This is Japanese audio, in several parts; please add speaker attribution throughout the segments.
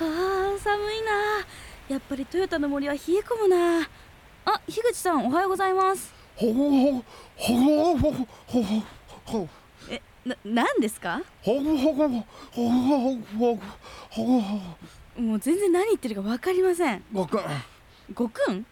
Speaker 1: あー寒いなやっぱりトヨタの森は冷え込むなあ樋口さんおはようございます
Speaker 2: ほほほほほほほほ
Speaker 1: えな何ですか
Speaker 2: ほほほほほほほほほ
Speaker 1: もう全然何言ってるか分かりません
Speaker 2: ごくんっ
Speaker 1: ごくん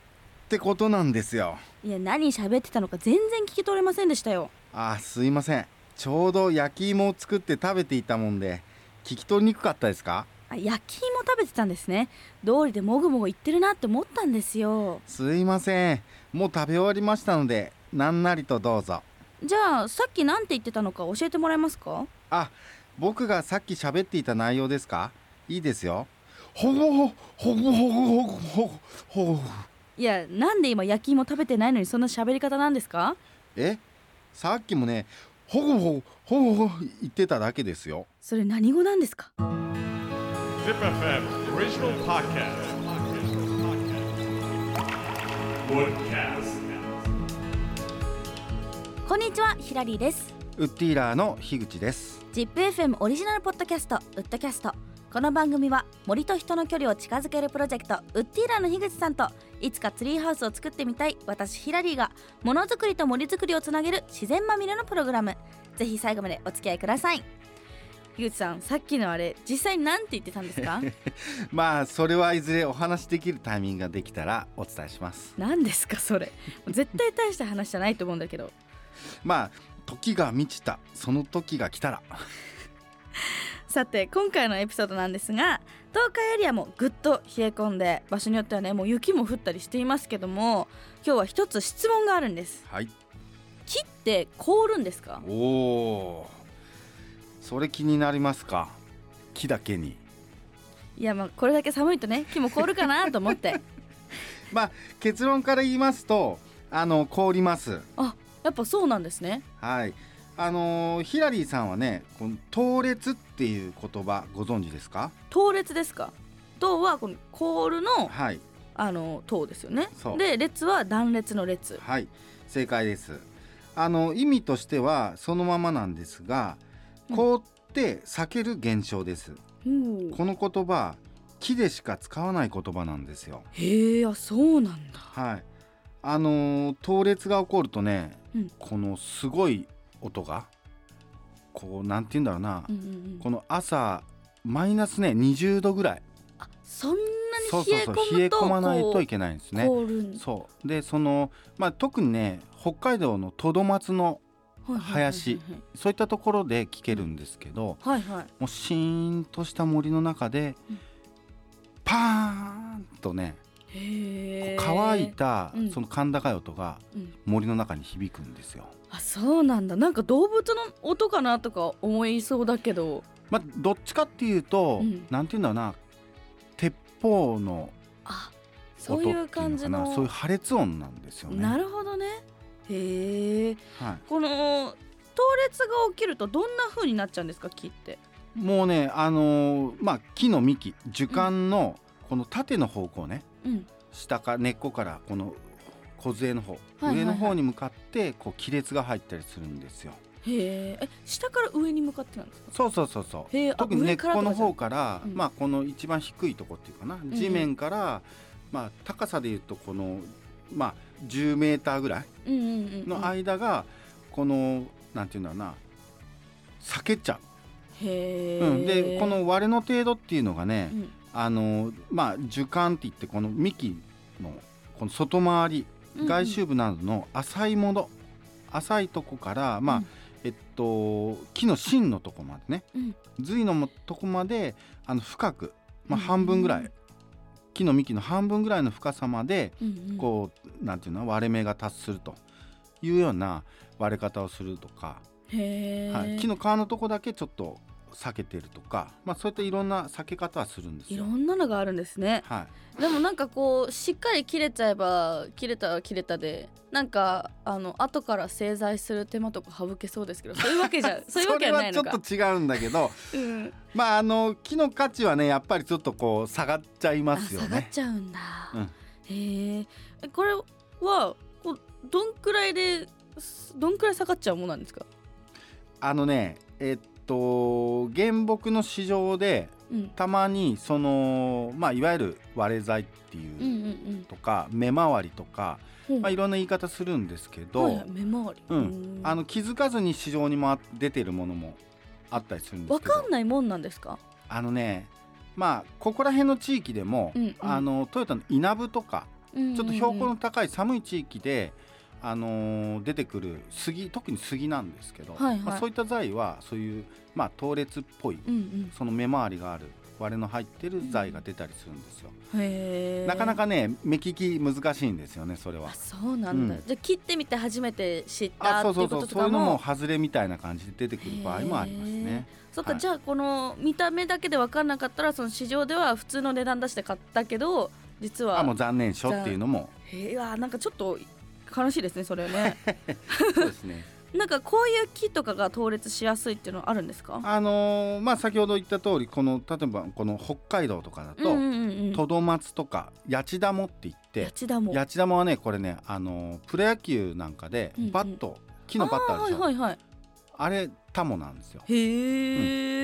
Speaker 2: てことなんですよ
Speaker 1: いや何喋ってたのか全然聞き取れませんでしたよ
Speaker 2: あすいませんちょうど焼き芋を作って食べていたもんで聞き取りにくかったですか
Speaker 1: あ焼き芋食べてたんですね道理でもぐもぐ言ってるなって思ったんですよ
Speaker 2: すいませんもう食べ終わりましたのでなんなりとどうぞ
Speaker 1: じゃあさっき何て言ってたのか教えてもらえますか
Speaker 2: あ僕がさっき喋っていた内容ですかいいですよほほほほほほほほほ
Speaker 1: いやなんで今焼き芋食べてないのにそんな喋り方なんですか
Speaker 2: えさっきもねほごほごほごほご言ってただけですよ
Speaker 1: それ何語なんですか
Speaker 3: Zip FM original podcast. Woodcast.
Speaker 1: こんにちはヒラリーです
Speaker 2: ウッディーラーの樋口です
Speaker 1: ZIPFM オリジナルポッドキャストウッドキャストこの番組は森と人の距離を近づけるプロジェクトウッディーラーの樋口さんといつかツリーハウスを作ってみたい私ヒラリーがものづくりと森づくりをつなげる自然まみれのプログラムぜひ最後までお付き合いください樋口さんさっきのあれ実際なんて言ってたんです か
Speaker 2: まあそれはいずれお話しできるタイミングができたらお伝えします
Speaker 1: 何ですかそれ絶対大した話じゃないと思うんだけど
Speaker 2: まあ時が満ちたその時が来たら
Speaker 1: さて今回のエピソードなんですが東海エリアもぐっと冷え込んで場所によってはねもう雪も降ったりしていますけども今日は一つ質問があるんです
Speaker 2: はい
Speaker 1: 木って凍るんですか
Speaker 2: おおそれ気になりますか木だけに
Speaker 1: いやまあこれだけ寒いとね木も凍るかなと思って
Speaker 2: まあ結論から言いますとあの凍ります
Speaker 1: あやっぱそうなんですね
Speaker 2: はいあのーヒラリーさんはねこの凍裂っていう言葉ご存知ですか
Speaker 1: 凍裂ですか凍はこの凍るの
Speaker 2: はい
Speaker 1: あの凍ですよね
Speaker 2: そう
Speaker 1: で列は断裂の列
Speaker 2: はい正解ですあの意味としてはそのままなんですが
Speaker 1: うん
Speaker 2: 凍って避ける現象です、この言葉木でしか使わない言葉なんですよ
Speaker 1: へえあそうなんだ
Speaker 2: はいあのー凍裂が起こるとね、
Speaker 1: うん
Speaker 2: このすごい音がこうなんて言うんだろうな、
Speaker 1: うんうんう
Speaker 2: こ
Speaker 1: ん
Speaker 2: の朝マイナスね20度ぐらい
Speaker 1: あそんな
Speaker 2: そう
Speaker 1: に
Speaker 2: そう
Speaker 1: 冷え
Speaker 2: そう
Speaker 1: 込
Speaker 2: 冷え
Speaker 1: むと
Speaker 2: 込まない
Speaker 1: ことう
Speaker 2: いけないんですね
Speaker 1: 凍るん
Speaker 2: そうでそのまあ特にね北海道のトドマツの
Speaker 1: はいはいはいはい
Speaker 2: 林そういったところで聞けるんですけど
Speaker 1: はいはい
Speaker 2: もうシーンとした森の中で
Speaker 1: うん
Speaker 2: パーンとねこ
Speaker 1: へ
Speaker 2: う
Speaker 1: え
Speaker 2: 乾いた
Speaker 1: うん
Speaker 2: その甲高い音が
Speaker 1: うん
Speaker 2: 森の中に響くんですよ。
Speaker 1: あそうなんだなんか動物の音かなとか思いそうだけど
Speaker 2: まあどっちかっていうと、
Speaker 1: うん
Speaker 2: なんていうんだろうな鉄砲の
Speaker 1: あ
Speaker 2: 音
Speaker 1: そ
Speaker 2: っ
Speaker 1: う
Speaker 2: てい
Speaker 1: いうう
Speaker 2: のか
Speaker 1: 感
Speaker 2: な
Speaker 1: じの
Speaker 2: そういう破裂音なんですよね。
Speaker 1: なるほどねへえ
Speaker 2: はい
Speaker 1: この倒列が起きるとどんな風になっちゃうんですか木って
Speaker 2: もうねあのーまあ木の幹樹幹のこの縦の方向ね、
Speaker 1: うん
Speaker 2: 下から根っこからこの梢の方、
Speaker 1: いはいはい
Speaker 2: 上の方に向かってこう亀裂が入ったりするんですよ
Speaker 1: へーえ下から上に向かってなんですか
Speaker 2: そうそうそうそう
Speaker 1: へえあ
Speaker 2: 特に根
Speaker 1: 上
Speaker 2: っ
Speaker 1: から
Speaker 2: ことの
Speaker 1: かじゃ
Speaker 2: 方から
Speaker 1: うん
Speaker 2: まあこの一番低いとこっていうかな、
Speaker 1: ん
Speaker 2: 地面からまあ高さでいうとこのまあ10メーターぐらい
Speaker 1: うんうんうんうん
Speaker 2: の間がこのなんていうんだろうな裂けちゃ
Speaker 1: へ
Speaker 2: う、
Speaker 1: ー
Speaker 2: うん、でこの割れの程度っていうのがね、
Speaker 1: うん
Speaker 2: あのまあ樹幹って言ってこの幹のこの外回り
Speaker 1: うん
Speaker 2: 外周部などの浅いもの、浅いとこからまあ、
Speaker 1: うん
Speaker 2: えっと木の芯のとこまでね
Speaker 1: うん
Speaker 2: 髄のとこまであの深く、まあ、
Speaker 1: うん
Speaker 2: 半分ぐらい、木の幹の半分ぐらいの深さまで
Speaker 1: うんうん
Speaker 2: こうなんていうの割れ目が達するというような割れ方をするとか、
Speaker 1: へー
Speaker 2: はい、木の皮のとこだけちょっと裂けてるとか、まあ、そういったいろんな裂け方はするんです
Speaker 1: い
Speaker 2: よ
Speaker 1: ろ。んなのがあるんですね
Speaker 2: はい
Speaker 1: でもなんかこうしっかり切れちゃえば切れたは切れたでなんかあの後から製材する手間とか省けそうですけどそういうわけじゃ そういうわけじゃないのか
Speaker 2: それはちょっと違うんだけど
Speaker 1: うん、
Speaker 2: まああの木の価値はねやっぱりちょっとこう下がっちゃい
Speaker 1: あ
Speaker 2: ますよ
Speaker 1: 下がっ
Speaker 2: ね。
Speaker 1: ちゃうんだ、
Speaker 2: うん
Speaker 1: へええこれはこうどんくらいですどんくらい下がっちゃうものなんですか
Speaker 2: あのねえっと原木の市場で
Speaker 1: うん
Speaker 2: たまにその、まあ、いわゆる割れ剤っていうう
Speaker 1: う
Speaker 2: ん
Speaker 1: ん
Speaker 2: とか、目回りとか、
Speaker 1: うん
Speaker 2: まあ、いろんな言い方するんですけど、
Speaker 1: はいはい目回り、
Speaker 2: う
Speaker 1: ん
Speaker 2: んあの気づかずに市場にも出てるものもあったりするんで
Speaker 1: わ
Speaker 2: すけど
Speaker 1: かんないもんなんですか
Speaker 2: あのねまあここら辺の地域でも、
Speaker 1: うんうん
Speaker 2: あのトヨタの稲部とか
Speaker 1: ちょ
Speaker 2: ちょっと標高の高い寒い地域で、あのー出てくる杉特に杉なんですけど、
Speaker 1: はいはい
Speaker 2: まあ、そういった材はそういう、まあ、倒列っぽい
Speaker 1: うんうん
Speaker 2: その目回りがある割れの入ってる材が出たりするんですよ、
Speaker 1: へえ
Speaker 2: なかなかね目利き難しいんですよねそれは
Speaker 1: あ。そうなんだ、
Speaker 2: うん
Speaker 1: じゃあ切ってみて初めて知った
Speaker 2: あ
Speaker 1: っ
Speaker 2: そ
Speaker 1: て
Speaker 2: う
Speaker 1: い
Speaker 2: そう
Speaker 1: こ
Speaker 2: うそう
Speaker 1: とと
Speaker 2: そう
Speaker 1: か
Speaker 2: いうのも
Speaker 1: も
Speaker 2: 外れみたいな感じで出てくる場合もありますね。
Speaker 1: そっか、
Speaker 2: はい
Speaker 1: じゃあこの見た目だけで分かんなかったらその市場では普通の値段出して買ったけど実は
Speaker 2: あもう残念賞っていうのも
Speaker 1: へえあなんかちょっと悲しいですね それ ね
Speaker 2: そうですね。
Speaker 1: なんかこういう木とかが倒列しやすいっていうのはあるんですか
Speaker 2: あのーまあ先ほど言った通りこの例えばこの北海道とか
Speaker 1: う
Speaker 2: だ
Speaker 1: ん
Speaker 2: と
Speaker 1: うんうん
Speaker 2: トドマツとかヤチダモって言っ
Speaker 1: や
Speaker 2: て
Speaker 1: ちだもん
Speaker 2: ヤチダモはねこれねあのープロ野球なんかで
Speaker 1: うんうん
Speaker 2: バット木のバットあるでしょ
Speaker 1: はいはいはい
Speaker 2: あれタモなんですよ。
Speaker 1: へ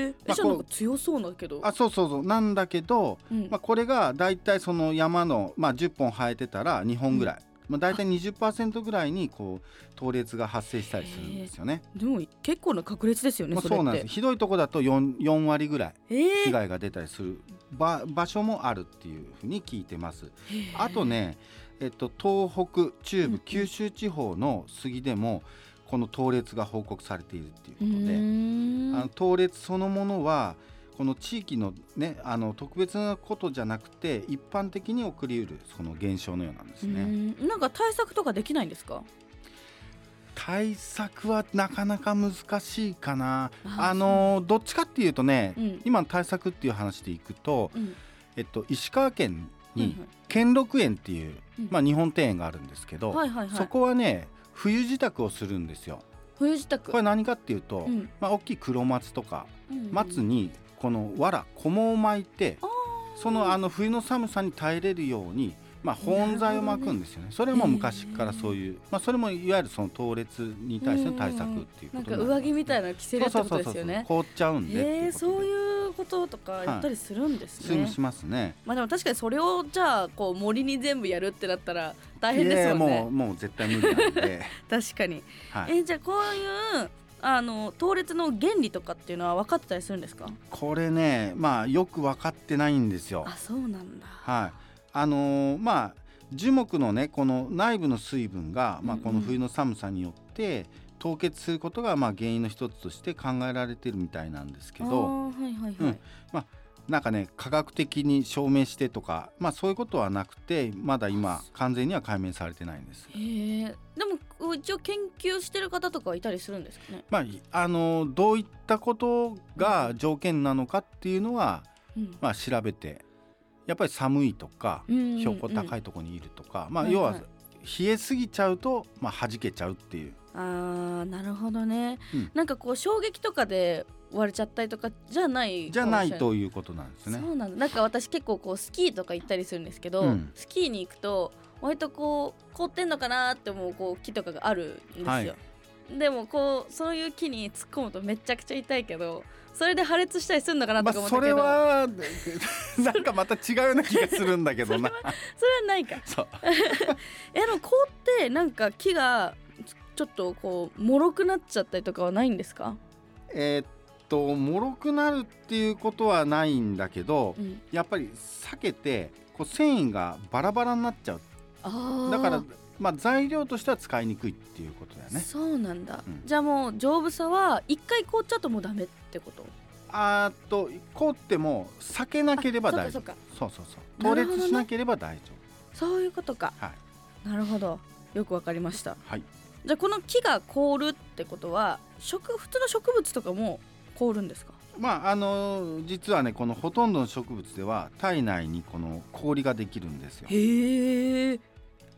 Speaker 1: え、
Speaker 2: まあ
Speaker 1: じゃあ
Speaker 2: こう
Speaker 1: なんか強そうだけど
Speaker 2: あそうそうそうなんだけど、
Speaker 1: うん
Speaker 2: まあ、これがだいたいその山の、まあ、10本生えてたら2本ぐらい、まあ、だいたい20%ぐらいにこう倒列が発生したりするんですよね。
Speaker 1: でも結構な確率ですよね
Speaker 2: まあ、
Speaker 1: それ
Speaker 2: そう
Speaker 1: っ
Speaker 2: なんで
Speaker 1: て
Speaker 2: すひどいとこだと 4, 4割ぐらい
Speaker 1: へ
Speaker 2: 被
Speaker 1: え
Speaker 2: 害が出たりする場場所もあるっていうふうに聞いてます。あとね、えっと、東北中
Speaker 1: うんう
Speaker 2: 部
Speaker 1: ん
Speaker 2: 九州地方の杉でもこの倒列が報告されているっていう
Speaker 1: う
Speaker 2: ことで、
Speaker 1: ーん
Speaker 2: あの倒列そのものはこの地域の,、ね、あの特別なことじゃなくて一般的に起こりうるその現象のようなんですね。
Speaker 1: うーんなんか対策とかできないんですか
Speaker 2: 対策はなかなか難しいかな。
Speaker 1: あー
Speaker 2: あのどっちかっていうとね、
Speaker 1: うん
Speaker 2: 今の対策っていう話でいくと、
Speaker 1: うん
Speaker 2: えっと、石川県に
Speaker 1: はいはい
Speaker 2: 兼六園っていう、
Speaker 1: うん
Speaker 2: まあ、日本庭園があるんですけど、
Speaker 1: はいはいはい
Speaker 2: そこはね冬支度をするんですよ。
Speaker 1: 冬支度
Speaker 2: これ何かっていうと、
Speaker 1: うん
Speaker 2: まあ、大きい黒松とか
Speaker 1: うん
Speaker 2: 松にこの藁小物を巻いて
Speaker 1: あ
Speaker 2: そのあの冬の寒さに耐えれるように、まあ、保温材を巻くんですよねそれも昔からそういう、まあ、それもいわゆるその倒列に対しての対策っていう
Speaker 1: な
Speaker 2: こ
Speaker 1: ん
Speaker 2: と
Speaker 1: か上着みたい
Speaker 2: な
Speaker 1: なの着せるってことですよね
Speaker 2: 凍っちゃうんでって
Speaker 1: へえ
Speaker 2: い
Speaker 1: そう
Speaker 2: う
Speaker 1: いうこととかやったりするんです
Speaker 2: スイ
Speaker 1: ね、
Speaker 2: ムしますね。
Speaker 1: まあでも確かにそれをじゃあこう森に全部やるってなったら大変です
Speaker 2: いや
Speaker 1: よ
Speaker 2: も
Speaker 1: ね
Speaker 2: うもう絶対無理な んで、
Speaker 1: 確かに、
Speaker 2: はい、
Speaker 1: えじゃあこういうあの倒列の原理とかっていうのは分かってたりするんですか
Speaker 2: これねまあよく分かってないんですよ。
Speaker 1: あそうなんだ
Speaker 2: はい、あのーまあ樹木のねこの内部の水分が、まあ、
Speaker 1: うんうん
Speaker 2: この冬の寒さによって凍結することが、まあ、原因の一つとして考えられてるみたいなんですけ
Speaker 1: あ
Speaker 2: ど
Speaker 1: ーはいはいはい、
Speaker 2: なんかね科学的に証明してとか、まあ、そういうことはなくてまだ今完全には解明されてないんです。
Speaker 1: へえでもこう一応研究してる方とかはいたりするんですかね、
Speaker 2: まあいあのーどういったことが条件なのかっていうのは、
Speaker 1: うん
Speaker 2: まあ、調べてやっぱり寒いとか
Speaker 1: うん
Speaker 2: 標高高
Speaker 1: い、
Speaker 2: いところにいるとか、ま
Speaker 1: は
Speaker 2: あ、
Speaker 1: い
Speaker 2: 要
Speaker 1: はい
Speaker 2: は冷えすぎちゃうと、まあ、弾けちゃうっていう
Speaker 1: うんあーなるほどね、
Speaker 2: うん
Speaker 1: なんかこう衝撃とかで割れちゃったりとかじゃない
Speaker 2: じゃない
Speaker 1: かもし
Speaker 2: ということなんです
Speaker 1: れない
Speaker 2: ね。
Speaker 1: そうなんだなんか私結構こうスキーとか行ったりするんですけど、
Speaker 2: うん
Speaker 1: スキーに行くと割とこう凍ってんのかなって思うこう木とかがあるんですよ、
Speaker 2: はい
Speaker 1: でもこうそういう木に突っ込むとめちゃくちゃ痛いけどそれで破裂したりするのかな
Speaker 2: ま
Speaker 1: とか思
Speaker 2: あ
Speaker 1: っ
Speaker 2: そ
Speaker 1: たけ
Speaker 2: れ
Speaker 1: ど、
Speaker 2: は なんかまた違うような気がするんだけ どな。
Speaker 1: それはないか
Speaker 2: そう
Speaker 1: えでも凍ってなんか木がちょちょっとこう脆くなっちゃったりとかはないんですか、
Speaker 2: えーっと脆くなるっていうことはないんだけど
Speaker 1: うん、
Speaker 2: やっぱり避けてこう繊維がバラバラになっちゃう
Speaker 1: あー
Speaker 2: だから、まあ、材料としては使いにくいっていうことだよね。
Speaker 1: そうなんだ、
Speaker 2: うん
Speaker 1: じゃあもう丈夫さは一回凍っちゃうともうダメってこと
Speaker 2: あーっと凍っても避けなければ大
Speaker 1: あそ
Speaker 2: 丈
Speaker 1: っ
Speaker 2: 夫
Speaker 1: か
Speaker 2: そうそうそう
Speaker 1: な
Speaker 2: 倒
Speaker 1: るほどね
Speaker 2: 列しなければ大丈
Speaker 1: そっかそういうことか
Speaker 2: 夫。はい
Speaker 1: なるほどよくわかりました
Speaker 2: はい
Speaker 1: じゃあこの木が凍るってことは植普通の植物とかも凍るんですか
Speaker 2: まああの実はねこのほとんどの植物では体内にこの氷ができるんですよ。
Speaker 1: へえ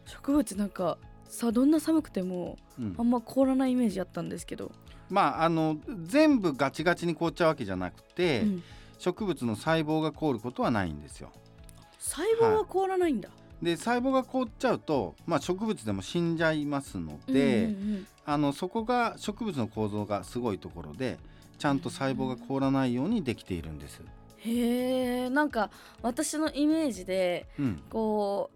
Speaker 1: 植物なんかさどんな寒くても
Speaker 2: うん
Speaker 1: あんま凍らないイメージやったんですけど、
Speaker 2: まああの全部ガチガチに凍っちゃうわけじゃなくて、
Speaker 1: うん
Speaker 2: 植物の細胞が凍ることはないんですよ。
Speaker 1: 細胞は凍らないんだ、
Speaker 2: で細胞が凍っちゃうと、まあ、植物でも死んじゃいますので、
Speaker 1: うんうんうん
Speaker 2: あのそこが植物の構造がすごいところでちゃんと細胞が凍らないようにできているんです。
Speaker 1: へへえなんか私のイメージで
Speaker 2: うん
Speaker 1: こ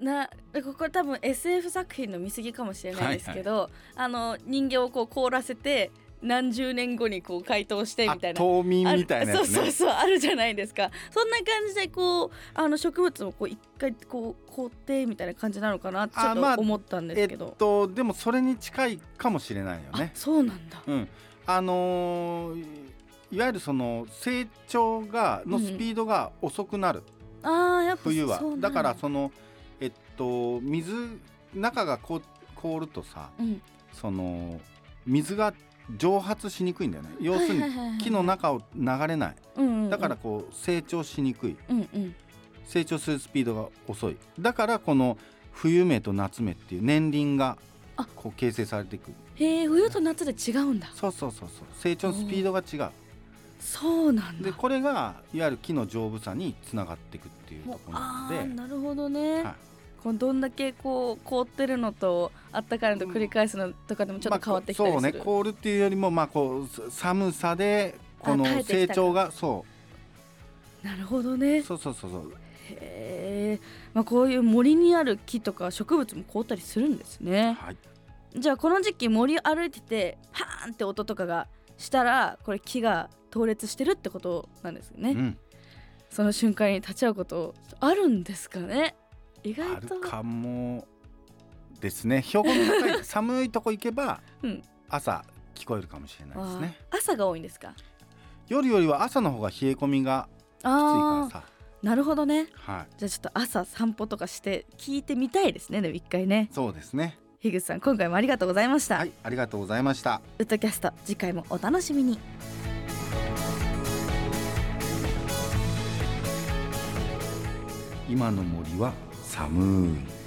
Speaker 1: うなここれ多分 SF 作品の見過ぎかもしれないですけど、あの人形をこう凍らせて何十年後にこう解凍して
Speaker 2: あ
Speaker 1: みたいな。
Speaker 2: 冬眠
Speaker 1: ある
Speaker 2: みたいなやつね
Speaker 1: そうそうそうあるじゃないですかそんな感じでこうあの植物もこう一回こう凍ってみたいな感じなのかなってちょっ
Speaker 2: あまあ
Speaker 1: と思ったんで
Speaker 2: え
Speaker 1: すけ
Speaker 2: っ
Speaker 1: ど、
Speaker 2: とでもそれに近いかもしれないよね
Speaker 1: あそうなんだ
Speaker 2: うん、あのーいいわゆるその成長がの
Speaker 1: うん
Speaker 2: スピードが遅くなる、
Speaker 1: あーやっぱ
Speaker 2: 冬は
Speaker 1: そうなん
Speaker 2: だからそのえっと水中がこ凍るとさ
Speaker 1: うん
Speaker 2: その水が蒸発しにくいんだよね要する
Speaker 1: はいは
Speaker 2: に
Speaker 1: いはいはい
Speaker 2: 木の中を流れない
Speaker 1: うんうんうん
Speaker 2: だからこう成長しにくい
Speaker 1: うんうん
Speaker 2: 成長するスピードが遅いだからこの冬目と夏目っていう年輪が
Speaker 1: あ
Speaker 2: こう形成されていく
Speaker 1: へえ冬と夏で違うんだ
Speaker 2: そうそうそうそう成長のスピードが違う
Speaker 1: そうなんだ
Speaker 2: でこれがいわゆる木の丈夫さにつながっていくっていうところな
Speaker 1: あ
Speaker 2: ので
Speaker 1: あーなるほどね、
Speaker 2: はい
Speaker 1: こうどんだけこう凍ってるのとあったかいのと繰り返すのとかでもちょっと変わってきたりする、
Speaker 2: まあこそうね凍るっていうよりもまあこうす寒さでこ
Speaker 1: あ
Speaker 2: の
Speaker 1: 耐えてき
Speaker 2: 成
Speaker 1: た
Speaker 2: 長がそ
Speaker 1: なるほど
Speaker 2: う
Speaker 1: ね
Speaker 2: そうそうそうそう
Speaker 1: へえ、まあ、こういう森にある木とか植物も凍ったりするんですね
Speaker 2: はい
Speaker 1: じゃあこの時期森を歩いててパーンって音とかがしたらこれ木が倒裂してるってことなんですよね、
Speaker 2: うん
Speaker 1: その瞬間に立ち会うことあるんですかね意外
Speaker 2: あ
Speaker 1: と
Speaker 2: るかもですね標高の高い寒いとこ行けば
Speaker 1: うん
Speaker 2: 朝聞こえるかもしれないですね
Speaker 1: あー朝が多いんですか
Speaker 2: 夜よりは朝の方が冷え込みがきつい
Speaker 1: あ
Speaker 2: からさ
Speaker 1: ーなるほどね
Speaker 2: はい
Speaker 1: じゃあちょっと朝散歩とかして聞いてみたいですねでも一回ね
Speaker 2: そうですね
Speaker 1: 樋口さん今回もありがとうございました、
Speaker 2: はいありがとうございました
Speaker 1: ウッドキャスト次回もお楽しみに
Speaker 2: 今の森は寒い